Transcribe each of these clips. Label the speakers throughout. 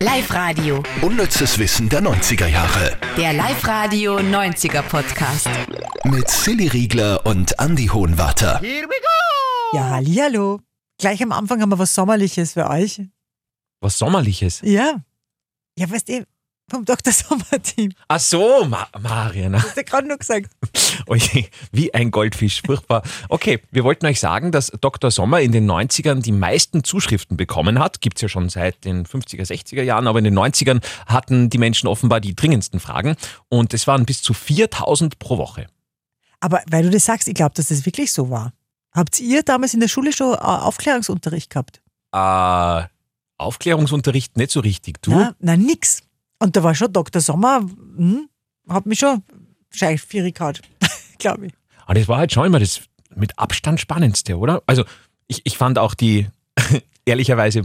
Speaker 1: Live-Radio.
Speaker 2: Unnützes Wissen der 90er Jahre.
Speaker 1: Der Live-Radio 90er Podcast.
Speaker 2: Mit Silly Riegler und Andy Hohenwarter.
Speaker 3: Ja, hallo. Gleich am Anfang haben wir was Sommerliches für euch.
Speaker 4: Was Sommerliches.
Speaker 3: Ja. Ja, weißt du, vom Dr. Sommerteam.
Speaker 4: Ach so, Ma Marian.
Speaker 3: Hast du gerade nur gesagt.
Speaker 4: Oje, wie ein Goldfisch, furchtbar. Okay, wir wollten euch sagen, dass Dr. Sommer in den 90ern die meisten Zuschriften bekommen hat. Gibt es ja schon seit den 50er, 60er Jahren, aber in den 90ern hatten die Menschen offenbar die dringendsten Fragen und es waren bis zu 4000 pro Woche.
Speaker 3: Aber weil du das sagst, ich glaube, dass das wirklich so war. Habt ihr damals in der Schule schon äh, Aufklärungsunterricht gehabt?
Speaker 4: Äh, Aufklärungsunterricht nicht so richtig, du?
Speaker 3: Na, na, nix. Und da war schon Dr. Sommer, hm, hat mich schon scheifierig gehabt, glaube ich.
Speaker 4: Aber das war halt schon immer das mit Abstand spannendste, oder? Also ich, ich fand auch die, ehrlicherweise,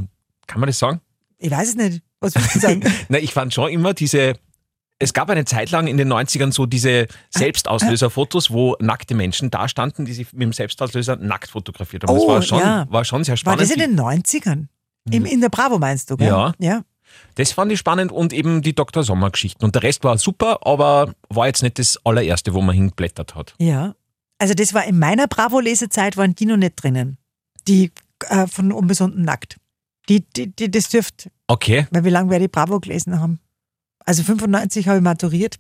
Speaker 4: kann man das sagen?
Speaker 3: Ich weiß es nicht. Was willst du sagen?
Speaker 4: Na, ich fand schon immer diese, es gab eine Zeit lang in den 90ern so diese Selbstauslöserfotos, wo nackte Menschen da standen, die sich mit dem Selbstauslöser nackt fotografiert haben. das
Speaker 3: Oh,
Speaker 4: war schon,
Speaker 3: ja.
Speaker 4: war schon sehr
Speaker 3: War
Speaker 4: spannend.
Speaker 3: das in den 90ern? Im, in der Bravo meinst du, gell?
Speaker 4: Mhm. Ja.
Speaker 3: ja.
Speaker 4: das fand ich spannend und eben die Dr. Sommer-Geschichten. Und der Rest war super, aber war jetzt nicht das allererste, wo man hingeblättert hat.
Speaker 3: Ja. Also das war in meiner Bravo-Lesezeit waren die noch nicht drinnen. Die äh, von unbesunden Nackt. Die, die, die, das dürft,
Speaker 4: Okay,
Speaker 3: weil wie lange wir die Bravo gelesen haben. Also 95 habe ich maturiert.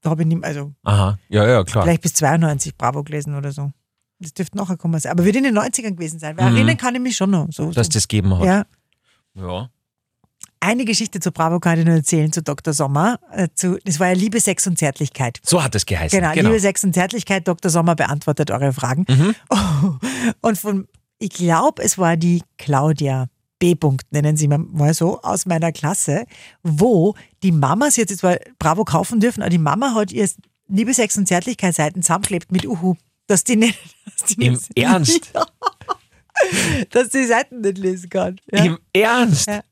Speaker 3: Da habe ich nicht, also
Speaker 4: aha, ja, ja, klar.
Speaker 3: vielleicht bis 92 Bravo gelesen oder so. Das dürfte nachher kommen sein. Aber wird in den 90ern gewesen sein. Weil
Speaker 4: Mhm.
Speaker 3: erinnern kann ich mich schon noch. So,
Speaker 4: Dass
Speaker 3: so.
Speaker 4: das gegeben hat.
Speaker 3: Ja.
Speaker 4: ja.
Speaker 3: Eine Geschichte zu Bravo kann ich nur erzählen, zu Dr. Sommer. Äh, zu, das war ja Liebe, Sex und Zärtlichkeit.
Speaker 4: So hat es geheißen.
Speaker 3: Genau, Liebe, Sex und Zärtlichkeit, Dr. Sommer beantwortet eure Fragen.
Speaker 4: Mhm.
Speaker 3: Und von, ich glaube, es war die Claudia B. -Punkt, nennen sie mal- mal so, aus meiner Klasse, wo die Mama, sie hat jetzt zwar Bravo kaufen dürfen, aber die Mama hat ihr Liebe, Sex und Zärtlichkeit Seiten zusammengeklebt mit Uhu, dass die nicht, dass die
Speaker 4: Im
Speaker 3: nicht,
Speaker 4: Ernst?
Speaker 3: Ja. dass die Seiten nicht lesen kann. Ja.
Speaker 4: Im Ernst?
Speaker 3: Ja.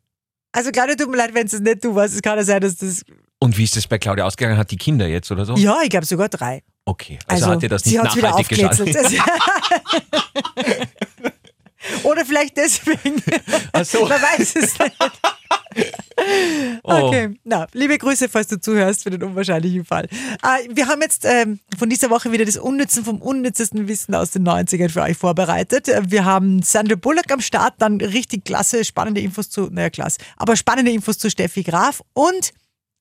Speaker 3: Also Claudia, tut mir leid, wenn es das nicht du warst, es kann ja sein, dass das,
Speaker 4: Und wie ist das bei Claudia ausgegangen? Hat die Kinder jetzt oder so?
Speaker 3: ja, ich glaube sogar drei.
Speaker 4: Okay, also, hat ihr das nicht
Speaker 3: sie hat's wieder
Speaker 4: nachhaltig geschadet.
Speaker 3: aufgekitzelt. Oder vielleicht deswegen.
Speaker 4: Ach so.
Speaker 3: Man weiß es nicht.
Speaker 4: Oh.
Speaker 3: Okay. Na, liebe Grüße, falls du zuhörst für den unwahrscheinlichen Fall. Äh, wir haben jetzt ähm, von dieser Woche wieder das Unnützen vom unnützesten Wissen aus den 90ern für euch vorbereitet. Äh, Wir haben Sandra Bullock am Start, dann richtig klasse, spannende Infos zu, naja, klasse, aber spannende Infos zu Steffi Graf und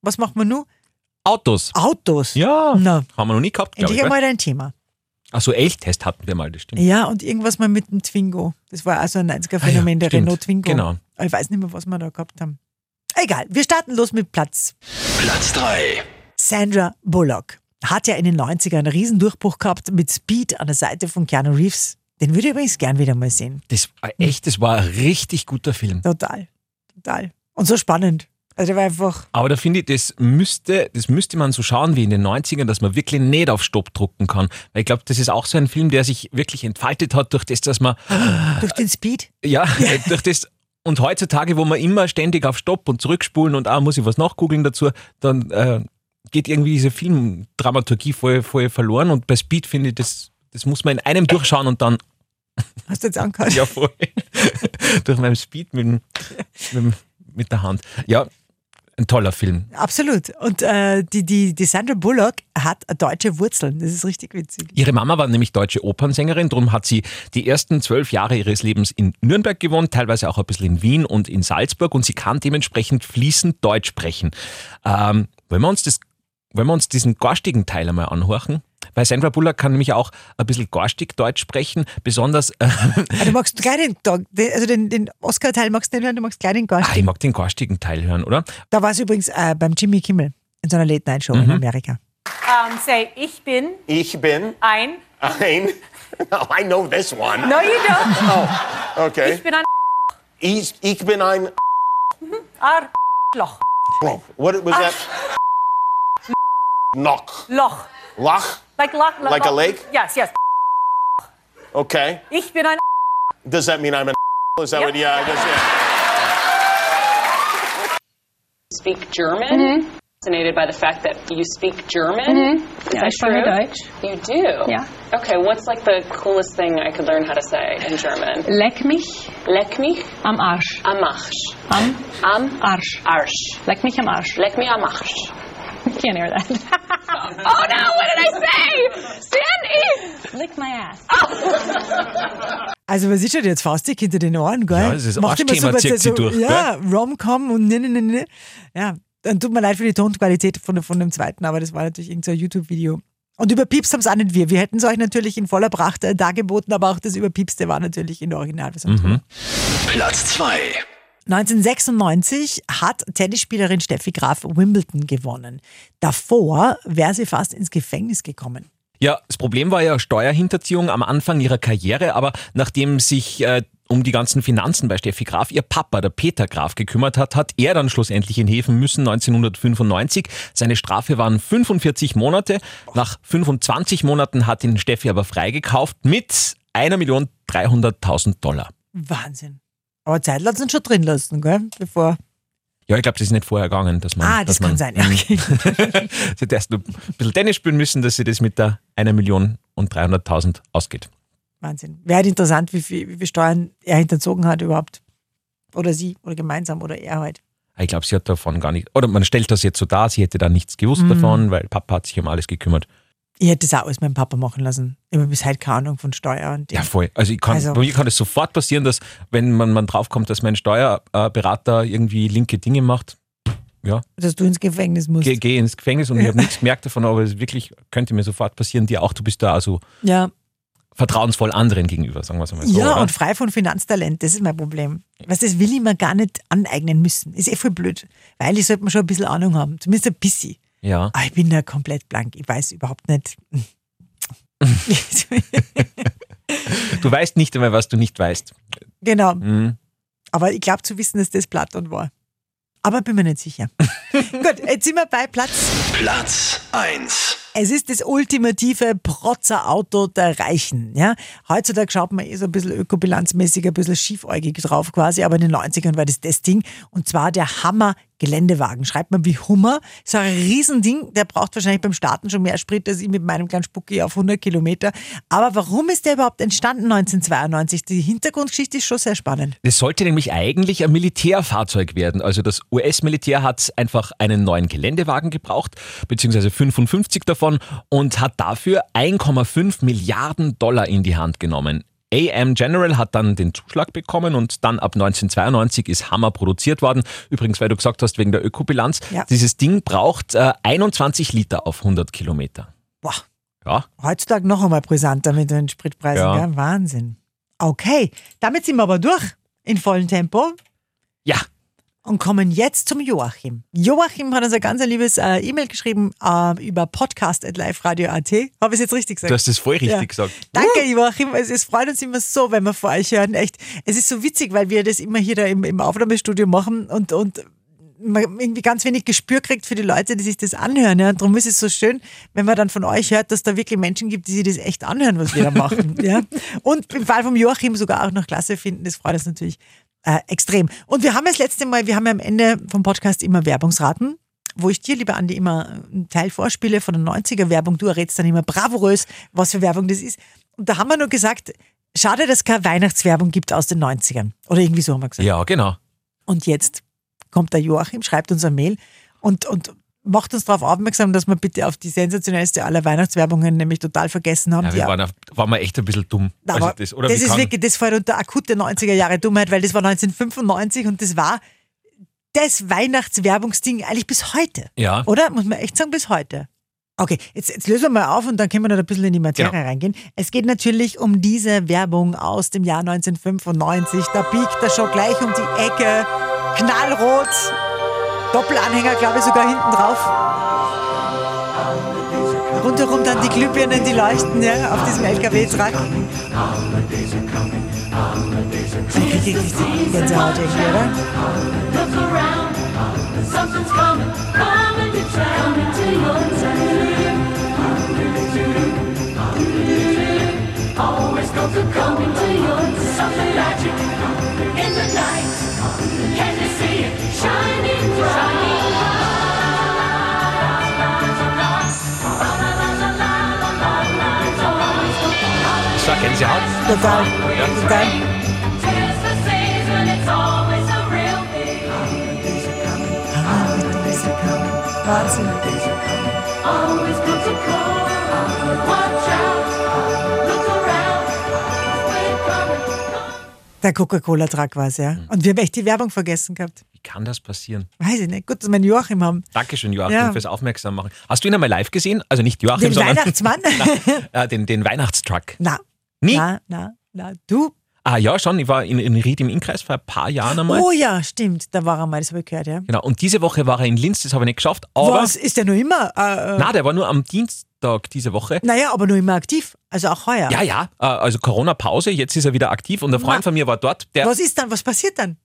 Speaker 3: was macht man nun?
Speaker 4: Oh. Autos.
Speaker 3: Autos.
Speaker 4: Ja,
Speaker 3: Na.
Speaker 4: haben wir noch nie gehabt, glaube
Speaker 3: Endlich
Speaker 4: ich. ne?
Speaker 3: einmal dein Thema.
Speaker 4: Achso, Elchtest hatten wir mal, das stimmt.
Speaker 3: Ja, und irgendwas mal mit dem Twingo. Das war also ein 90er-Phänomen,
Speaker 4: Ah ja,
Speaker 3: der
Speaker 4: stimmt.
Speaker 3: Renault Twingo.
Speaker 4: Genau.
Speaker 3: Aber Ich weiß nicht mehr, was wir da gehabt haben. Egal, wir starten los mit Platz.
Speaker 2: Platz 3.
Speaker 3: Sandra Bullock hat ja in den 90ern einen Riesendurchbruch gehabt mit Speed an der Seite von Keanu Reeves. Den würde ich übrigens gern wieder mal sehen.
Speaker 4: Das war echt, das war ein richtig guter Film.
Speaker 3: Total. Total. Und so spannend. Also der war einfach,
Speaker 4: Aber da finde ich, das müsste, das müsste man so schauen wie in den 90ern, dass man wirklich nicht auf Stopp drucken kann. Weil ich glaube, das ist auch so ein Film, der sich wirklich entfaltet hat durch das, dass man,
Speaker 3: durch den Speed.
Speaker 4: ja, durch das, und heutzutage, wo man immer ständig auf Stopp und zurückspulen und ah, muss ich was nachgoogeln dazu, dann äh, geht irgendwie diese Filmdramaturgie voll, voll verloren. Und bei Speed finde ich, das, das muss man in einem durchschauen und dann
Speaker 3: Hast du jetzt angehört?
Speaker 4: Ja, voll. Durch meinen Speed mit, dem- mit, dem- mit der Hand. Ja, ein toller Film.
Speaker 3: Absolut. Und äh, die, die, die Sandra Bullock hat deutsche Wurzeln. Das ist richtig witzig.
Speaker 4: Ihre Mama war nämlich deutsche Opernsängerin, darum hat sie die ersten zwölf Jahre ihres Lebens in Nürnberg gewohnt, teilweise auch ein bisschen in Wien und in Salzburg und sie kann dementsprechend fließend Deutsch sprechen. Ähm, wollen, wir uns das, wollen wir uns diesen garstigen Teil einmal anhorchen? Weil Sandra Bullock kann nämlich auch ein bisschen garstig Deutsch sprechen, besonders, äh,
Speaker 3: Aber Ah, du magst gleich den, Dog- den- also den, den Oscar-Teil magst du nicht hören, du magst gleich den Gorsch.
Speaker 4: ah, ich mag den garstigen Teil hören, oder?
Speaker 3: Da war es übrigens äh, beim Jimmy Kimmel in so einer Late-Night-Show
Speaker 4: Mhm.
Speaker 3: in Amerika.
Speaker 5: Um, say, ich bin
Speaker 6: Ich bin
Speaker 5: ein.
Speaker 6: ein. No, I know this one. Oh,
Speaker 5: No, you don't.
Speaker 6: Okay.
Speaker 5: Ich bin ein Mhm.
Speaker 6: Ich, ich bin ein.
Speaker 5: Loch.
Speaker 6: Bro, What was that? Knock.
Speaker 5: Loch.
Speaker 6: Lach.
Speaker 5: Like, loch, loch,
Speaker 6: Like a
Speaker 5: loch.
Speaker 6: lake?
Speaker 5: Yes, yes.
Speaker 6: Okay.
Speaker 5: Ich bin ein.
Speaker 6: Does that mean I'm an? Is that what? Yeah, I guess. Yeah.
Speaker 7: speak German. fascinated by the fact that you speak German.
Speaker 8: Mm-hmm.
Speaker 7: Is
Speaker 9: Yeah,
Speaker 7: that
Speaker 9: I spreche
Speaker 7: true?
Speaker 9: Deutsch.
Speaker 7: You do?
Speaker 9: Yeah.
Speaker 7: Okay, what's like the coolest thing I could learn how to say in German?
Speaker 9: Leck mich
Speaker 7: Leck mich
Speaker 9: am Arsch.
Speaker 7: am Arsch.
Speaker 9: Am
Speaker 7: Am
Speaker 9: Arsch.
Speaker 7: Arsch.
Speaker 9: Leck mich am Arsch.
Speaker 7: Leck mich am Arsch.
Speaker 9: Can't hear that. oh no, what did I say? Sandy! Lick my ass.
Speaker 3: Also man sieht schon jetzt faustig hinter den Ohren, gell?
Speaker 4: Ja, das ist
Speaker 3: Macht immer
Speaker 4: Arschthema,
Speaker 3: super,
Speaker 4: zieht sie durch,
Speaker 3: Ja, Rom-Com und ne, ne, ne, ne. Ja, dann tut mir leid für die Tonqualität von, von dem zweiten, aber das war natürlich irgendein so ein YouTube-Video. Und überpiepst haben es auch nicht wir. Wir hätten es euch natürlich in voller Pracht äh, dargeboten, aber auch das Überpiepste war natürlich in der Originalversion.
Speaker 4: Mhm.
Speaker 3: drin.
Speaker 2: Platz 2.
Speaker 3: 1996 hat Tennisspielerin Steffi Graf Wimbledon gewonnen. Davor wäre sie fast ins Gefängnis gekommen.
Speaker 4: Ja, das Problem war ja Steuerhinterziehung am Anfang ihrer Karriere, aber nachdem sich äh, um die ganzen Finanzen bei Steffi Graf ihr Papa, der Peter Graf, gekümmert hat, hat er dann schlussendlich in Häfen müssen 1995. Seine Strafe waren 45 Monate. Nach 25 Monaten hat ihn Steffi aber freigekauft mit 1.300.000 Dollar.
Speaker 3: Wahnsinn. Aber Zeit lassen sie schon drin lassen, gell? Bevor.
Speaker 4: Ja, ich glaube, das ist nicht vorher gegangen, dass man.
Speaker 3: Ah, das
Speaker 4: dass
Speaker 3: kann
Speaker 4: man,
Speaker 3: sein. Ja, okay.
Speaker 4: Sie hätte erst nur ein bisschen Tennis spielen müssen, dass sie das mit der 1 Million und 300.000 ausgeht.
Speaker 3: Wahnsinn. Wäre halt interessant, wie viel, wie viel Steuern er hinterzogen hat überhaupt. Oder sie, oder gemeinsam, oder er halt.
Speaker 4: Ich glaube, sie hat davon gar nicht. Oder man stellt das jetzt so dar, sie hätte da nichts gewusst
Speaker 3: Mhm.
Speaker 4: davon, weil Papa hat sich um alles gekümmert.
Speaker 3: Ich hätte das auch alles meinem Papa machen lassen. Immer bis heute keine Ahnung von Steuer und
Speaker 4: Ja, voll. Also, ich kann,
Speaker 3: Also-
Speaker 4: bei mir kann es sofort passieren, dass, wenn man, man draufkommt, dass mein Steuerberater irgendwie linke Dinge macht,
Speaker 3: dass du ins Gefängnis musst.
Speaker 4: gehe geh ins Gefängnis und ich habe nichts gemerkt davon, aber es wirklich könnte mir sofort passieren, dir auch, du bist da also
Speaker 3: ja.
Speaker 4: vertrauensvoll anderen gegenüber, sagen wir es mal so.
Speaker 3: ja,
Speaker 4: oder?
Speaker 3: und frei von Finanztalent, das ist mein Problem. Weißt du, das will ich mir gar nicht aneignen müssen. Ist eh voll blöd. Weil ich sollte mir schon ein bisschen Ahnung haben. Zumindest ein bisschen.
Speaker 4: ja.
Speaker 3: Aber ich bin da komplett blank. Ich weiß überhaupt nicht.
Speaker 4: Du weißt nicht einmal, was du nicht weißt.
Speaker 3: genau.
Speaker 4: Mhm.
Speaker 3: Aber ich glaube zu wissen, dass das Platon war. Aber bin mir nicht sicher. Gut, jetzt sind wir bei Platz.
Speaker 2: Platz 1.
Speaker 3: Es ist das ultimative Protzerauto der Reichen. Ja? Heutzutage schaut man eh so ein bisschen ökobilanzmäßig, ein bisschen schiefäugig drauf quasi, aber in den 90ern war das das Ding. Und zwar der Hammer Geländewagen. Schreibt man wie Hummer. So ein Riesending, der braucht wahrscheinlich beim Starten schon mehr Sprit als ich mit meinem kleinen Spucki auf 100 Kilometer. Aber warum ist der überhaupt entstanden 1992? Die Hintergrundgeschichte ist schon sehr spannend.
Speaker 4: Es sollte nämlich eigentlich ein Militärfahrzeug werden. Also das US-Militär hat einfach einen neuen Geländewagen gebraucht, beziehungsweise 55 davon, und hat dafür 1,5 Milliarden Dollar in die Hand genommen. AM General hat dann den Zuschlag bekommen und dann ab 1992 ist Hammer produziert worden. Übrigens, weil du gesagt hast, wegen der Ökobilanz,
Speaker 3: Ja.
Speaker 4: dieses Ding braucht äh, 21 Liter auf 100 Kilometer.
Speaker 3: Boah.
Speaker 4: Ja,
Speaker 3: Heutzutage noch einmal brisanter mit den Spritpreisen.
Speaker 4: Ja.
Speaker 3: Gell? Wahnsinn. Okay, damit sind wir aber durch in vollem Tempo
Speaker 4: ja
Speaker 3: und kommen jetzt zum Joachim. Joachim hat uns ein ganz ein liebes äh, E-Mail geschrieben äh, über podcast.liferadio.at. Habe ich es jetzt richtig gesagt?
Speaker 4: du hast es voll richtig
Speaker 3: Ja.
Speaker 4: gesagt. Uh!
Speaker 3: Danke, Joachim. Es, es freut uns immer so, wenn wir vor euch hören. Echt. Es ist so witzig, weil wir das immer hier da im, im Aufnahmestudio machen und, und man irgendwie ganz wenig Gespür kriegt für die Leute, die sich das anhören. Ja. Und darum ist es so schön, wenn man dann von euch hört, dass da wirklich Menschen gibt, die sich das echt anhören, was wir da machen. ja. Und im Fall von Joachim sogar auch noch klasse finden. Das freut uns natürlich äh, extrem. Und wir haben das letzte Mal, wir haben ja am Ende vom Podcast immer Werbungsraten wo ich dir, lieber Andi, immer einen Teil vorspiele von der 90er-Werbung. Du errätst dann immer bravourös, was für Werbung das ist. Und da haben wir nur gesagt, schade, dass es keine Weihnachtswerbung gibt aus den 90ern. Oder irgendwie so haben wir gesagt.
Speaker 4: Ja, genau.
Speaker 3: Und jetzt kommt der Joachim, schreibt uns eine Mail und, und macht uns darauf aufmerksam, dass wir bitte auf die sensationellste aller Weihnachtswerbungen nämlich total vergessen haben.
Speaker 4: Ja, wir
Speaker 3: die
Speaker 4: waren, auf- waren wir echt ein bisschen dumm.
Speaker 3: aber
Speaker 4: Also oder
Speaker 3: das
Speaker 4: wir
Speaker 3: ist
Speaker 4: kann-
Speaker 3: wirklich, das fällt unter akute 90er Jahre Dummheit, weil das war 1995 und das war das Weihnachtswerbungsding eigentlich bis heute.
Speaker 4: Ja.
Speaker 3: Oder? Muss man echt sagen, bis heute. Okay, jetzt, jetzt lösen wir mal auf und dann können wir noch ein bisschen in die Materie
Speaker 4: Genau.
Speaker 3: reingehen. Es geht natürlich um diese Werbung aus dem Jahr 1995. Da biegt er schon gleich um die Ecke. Knallrot. Doppelanhänger, glaube ich, sogar hinten drauf. Rundherum dann die Glühbirnen, die leuchten ja, auf diesem LKW-Truck. Man kriegt richtig die Gänsehaut irgendwie, oder?
Speaker 8: Shining bright.
Speaker 4: die sie hat.
Speaker 3: Total. Total. Wahnsinn. Der Coca-Cola-Trag war es, ja. Und wir haben echt die Werbung vergessen gehabt.
Speaker 4: Wie kann das passieren?
Speaker 3: Weiß ich nicht. Gut, dass wir einen Joachim haben.
Speaker 4: Dankeschön, Joachim,
Speaker 3: Ja.
Speaker 4: fürs Aufmerksam machen. Hast du ihn einmal live gesehen? Also nicht Joachim,
Speaker 3: Den
Speaker 4: sondern
Speaker 3: Weihnachtsmann?
Speaker 4: äh, den, den Weihnachtstruck.
Speaker 3: Na,
Speaker 4: Nie?
Speaker 3: na, na, na. Du?
Speaker 4: Ah ja, schon. Ich war in, in Ried im Innkreis vor ein paar Jahren einmal.
Speaker 3: Oh ja, stimmt. Da war er mal, das habe ich gehört, ja.
Speaker 4: Genau. Und diese Woche war er in Linz, das habe ich nicht geschafft. Aber
Speaker 3: Was ist der nur immer? Äh, äh,
Speaker 4: na, der war nur am Dienstag diese Woche.
Speaker 3: naja, aber nur immer aktiv. Also auch heuer.
Speaker 4: Ja, ja, äh, also Corona-Pause, jetzt ist er wieder aktiv und ein Freund von mir war dort, der
Speaker 3: Was ist dann? Was passiert dann?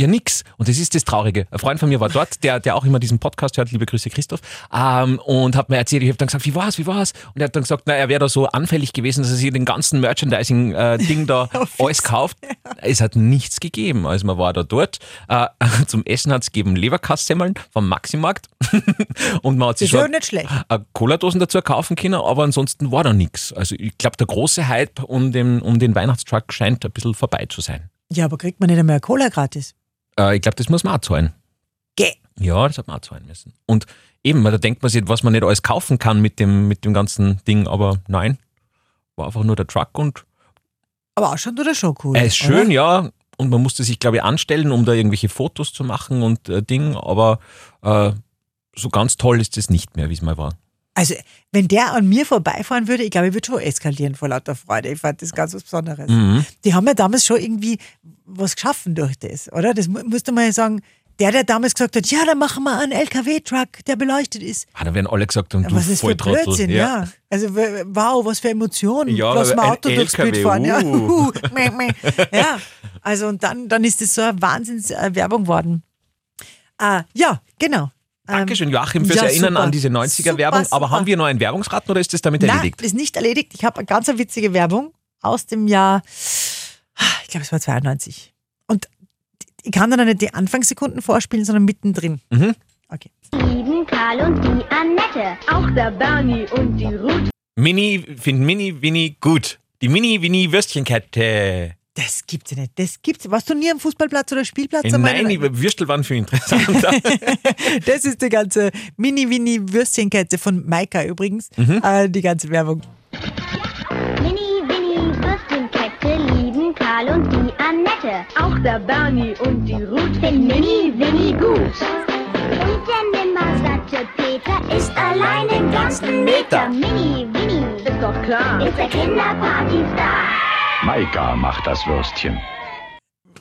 Speaker 4: ja nix. Und das ist das Traurige. Ein Freund von mir war dort, der, der auch immer diesen Podcast hört, liebe Grüße Christoph, ähm, und hat mir erzählt, ich habe dann gesagt, wie war's, wie war's? Und er hat dann gesagt, na, er wäre da so anfällig gewesen, dass er sich den ganzen Merchandising-Ding da alles kauft. Es hat nichts gegeben. Also man war da dort. Äh, zum Essen hat es gegeben Leberkastsemmeln vom Maximarkt. und man hat sich
Speaker 3: Ist ja
Speaker 4: schon
Speaker 3: nicht schlecht.
Speaker 4: äh, Cola-Dosen dazu kaufen können, aber ansonsten war da nichts. Also ich glaube, der große Hype um den, um den Weihnachtstruck scheint ein bisschen vorbei zu sein.
Speaker 3: Ja, aber kriegt man nicht einmal Cola gratis?
Speaker 4: Äh, ich glaube, das muss man auch zahlen.
Speaker 3: Geh.
Speaker 4: Ja, das hat man auch zahlen müssen. Und eben, da denkt man sich, was man nicht alles kaufen kann mit dem, mit dem ganzen Ding, aber nein, war einfach nur der Truck und
Speaker 3: Aber auch schon oder schon cool.
Speaker 4: er ist schön,
Speaker 3: oder?
Speaker 4: ja. Und man musste sich, glaube ich, anstellen, um da irgendwelche Fotos zu machen und äh, Ding, aber äh, so ganz toll ist es nicht mehr, wie es mal war.
Speaker 3: Also, wenn der an mir vorbeifahren würde, ich glaube, ich würde schon eskalieren vor lauter Freude. Ich fand das ganz was Besonderes.
Speaker 4: Mhm.
Speaker 3: Die haben ja damals schon irgendwie was geschaffen durch das, oder? Das mu- musst du mal sagen. Der, der damals gesagt hat, ja, dann machen wir einen LKW-Truck, der beleuchtet ist.
Speaker 4: Ah, da werden alle gesagt, haben, du
Speaker 3: Was ist für
Speaker 4: Volltrottel.
Speaker 3: Blödsinn, ja. Also, w- wow, was für Emotionen.
Speaker 4: Ja,
Speaker 3: Lass
Speaker 4: aber
Speaker 3: mal
Speaker 4: ein
Speaker 3: Auto durchs
Speaker 4: LKW,
Speaker 3: Bild fahren. Ja.
Speaker 4: uh.
Speaker 3: Meh, meh. ja, also und dann, dann ist das so eine Wahnsinnswerbung worden. Ah, ja, genau. Ähm,
Speaker 4: Dankeschön, Joachim, fürs
Speaker 3: ja,
Speaker 4: Erinnern
Speaker 3: super.
Speaker 4: an diese 90er-Werbung.
Speaker 3: Super,
Speaker 4: Aber
Speaker 3: super.
Speaker 4: haben wir noch einen Werbungsraten oder ist das damit
Speaker 3: Nein,
Speaker 4: erledigt?
Speaker 3: ist nicht erledigt. Ich habe eine ganz witzige Werbung aus dem Jahr, ich glaube, es war 92. Und ich kann dann nicht die Anfangssekunden vorspielen, sondern mittendrin.
Speaker 4: Mhm.
Speaker 3: Okay.
Speaker 8: Lieben Karl und die Annette. Auch der Bernie und die Ruth.
Speaker 4: Mini, find Mini, Winnie gut. Die Mini, Winnie Würstchenkette.
Speaker 3: Das gibt's ja nicht. Das gibt's. Warst du nie am Fußballplatz oder Spielplatz? einmal?
Speaker 4: Äh, Nein, die Würstel waren viel interessanter.
Speaker 3: Das ist die ganze Mini-Mini-Würstchenkette von Maika übrigens.
Speaker 4: Mhm.
Speaker 3: Äh, die ganze Werbung.
Speaker 8: Mini, Winnie, Würstchenkette. Lieben Karl und die Annette. Auch der Bernie und die Ruth. Finden Mini, Winnie gut. Und der nimmersatte Peter ist allein den ganzen Meter. Mini, Winnie. Ist doch klar. Ist der Kinderparty-Star.
Speaker 10: Maika macht das Würstchen.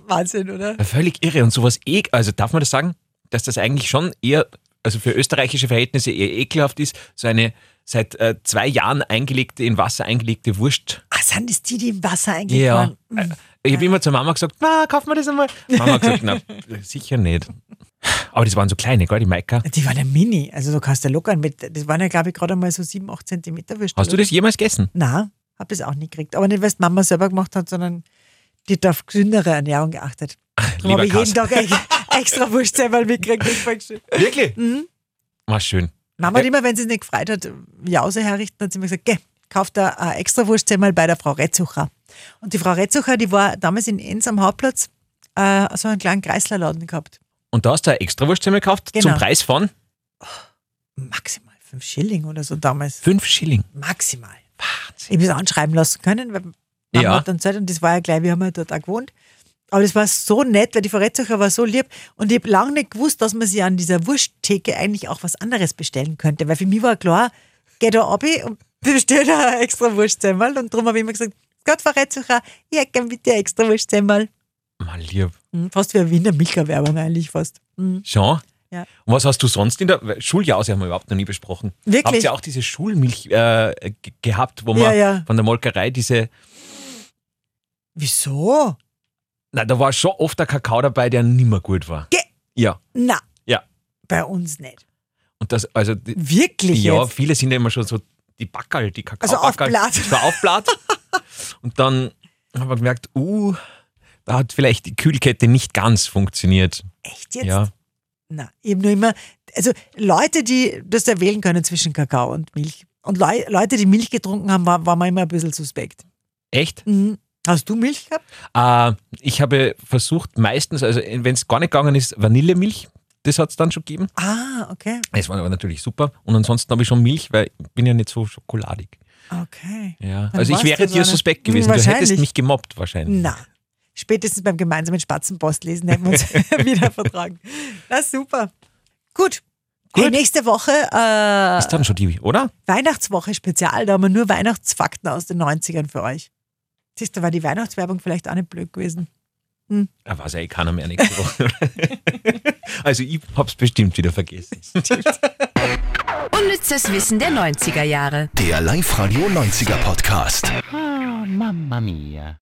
Speaker 3: Wahnsinn, oder?
Speaker 4: Völlig irre und sowas eh, also darf man das sagen, dass das eigentlich schon eher, also für österreichische Verhältnisse eher ekelhaft ist, so eine seit äh, zwei Jahren eingelegte, in Wasser eingelegte Wurst.
Speaker 3: Ah, sind das die, die im Wasser eigentlich
Speaker 4: Ja.
Speaker 3: waren?
Speaker 4: Äh, Ich habe immer zur Mama gesagt, na, kauf mir das einmal. Mama hat gesagt, na, sicher nicht. Aber das waren so kleine, gell, die Maika.
Speaker 3: Die waren ja mini. Also du kannst ja lockern mit. Das waren ja, glaube ich, gerade mal so 7, 8 Zentimeter Würstchen.
Speaker 4: Hast du das jemals gegessen?
Speaker 3: Nein, habe es auch nie gekriegt. Aber nicht, weil es Mama selber gemacht hat, sondern die hat auf gesündere Ernährung geachtet. Darum habe ich
Speaker 4: lieber
Speaker 3: jeden Tag ex- extra Wurst selber mitgekriegt. Das war schön.
Speaker 4: Wirklich? War schön.
Speaker 3: Mama hat immer, wenn sie es nicht gefreut hat, Jause herrichten, hat sie mir gesagt, geh, kauf da ein extra Wurstsemmel bei der Frau Retzucher. Und die Frau Retzucher, die war damals in Enns am Hauptplatz, äh, so einen kleinen Kreislerladen gehabt.
Speaker 4: Und da hast du eine extra Wurstsemmel gekauft
Speaker 3: Genau.
Speaker 4: zum Preis von
Speaker 3: Maximal fünf Schilling oder so damals.
Speaker 4: 5 Schilling.
Speaker 3: Maximal. Ich habe es anschreiben lassen können, weil Mama
Speaker 4: Ja.
Speaker 3: hat dann gesagt, und das war ja gleich, wir haben ja dort auch gewohnt. Aber das war so nett, weil die Frau Retzucher war so lieb und ich habe lange nicht gewusst, dass man sich an dieser Wursttheke eigentlich auch was anderes bestellen könnte, weil für mich war klar, geh da ab und bestell da ein extra Wurstsemmel und darum habe ich immer gesagt, Gott, Frau Retzucher, ich hätte gern bitte ein extra Wurstsemmel.
Speaker 4: Mal lieb.
Speaker 3: Hm, Fast wie eine Wiener Milka-Werbung eigentlich fast. Hm.
Speaker 4: Schon?
Speaker 3: Ja.
Speaker 4: Und was hast du sonst in der Schuljause haben wir überhaupt noch nie besprochen.
Speaker 3: Wirklich?
Speaker 4: Habt ihr auch diese Schulmilch äh, ge- gehabt, wo man
Speaker 3: Ja, ja.
Speaker 4: von der Molkerei diese
Speaker 3: Wieso?
Speaker 4: Na, da war schon oft der Kakao dabei, der nimmer gut war.
Speaker 3: Ge-
Speaker 4: ja,
Speaker 3: Na,
Speaker 4: ja.
Speaker 3: bei uns nicht.
Speaker 4: Und das also die-
Speaker 3: Wirklich
Speaker 4: ja,
Speaker 3: jetzt?
Speaker 4: viele sind ja immer schon so die Backerl, die
Speaker 3: Also
Speaker 4: Kakaobackerl.
Speaker 3: aufblatt.
Speaker 4: Das war aufblatt. Und dann haben wir gemerkt, uh, da hat vielleicht die Kühlkette nicht ganz funktioniert.
Speaker 3: Echt jetzt?
Speaker 4: Ja.
Speaker 3: Na, eben nur immer, also Leute, die das da wählen können zwischen Kakao und Milch. Und Leu Leute, die Milch getrunken haben, war, war man immer ein bisschen suspekt. Mhm.
Speaker 4: Echt?
Speaker 3: Hast du Milch gehabt?
Speaker 4: Äh, ich habe versucht, meistens, also wenn es gar nicht gegangen ist, Vanillemilch. Das hat es dann schon gegeben.
Speaker 3: Ah, okay.
Speaker 4: Es war aber natürlich super. Und ansonsten habe ich schon Milch, weil ich bin ja nicht so schokoladig.
Speaker 3: Okay.
Speaker 4: Ja.
Speaker 3: Dann
Speaker 4: Also ich
Speaker 3: warst
Speaker 4: wäre
Speaker 3: du so
Speaker 4: dir
Speaker 3: eine-
Speaker 4: suspekt
Speaker 3: Hm,
Speaker 4: gewesen. Du hättest
Speaker 3: wahrscheinlich.
Speaker 4: mich gemobbt wahrscheinlich.
Speaker 3: Na, spätestens beim gemeinsamen Spatzenpost lesen hätten wir uns wieder vertragen. Na super. Gut.
Speaker 4: Gut.
Speaker 3: Hey, nächste Woche äh,
Speaker 4: Ist dann schon die, oder?
Speaker 3: Weihnachtswoche Spezial, da haben wir nur Weihnachtsfakten aus den 90ern für euch. Siehst du, war die Weihnachtswerbung vielleicht auch nicht blöd gewesen.
Speaker 4: Da weiß ja eh keiner mehr nächste Woche. also ich hab's bestimmt wieder vergessen.
Speaker 1: Unnützes Wissen der 90er Jahre.
Speaker 2: Der Live-Radio 90er Podcast.
Speaker 10: Mamma mia.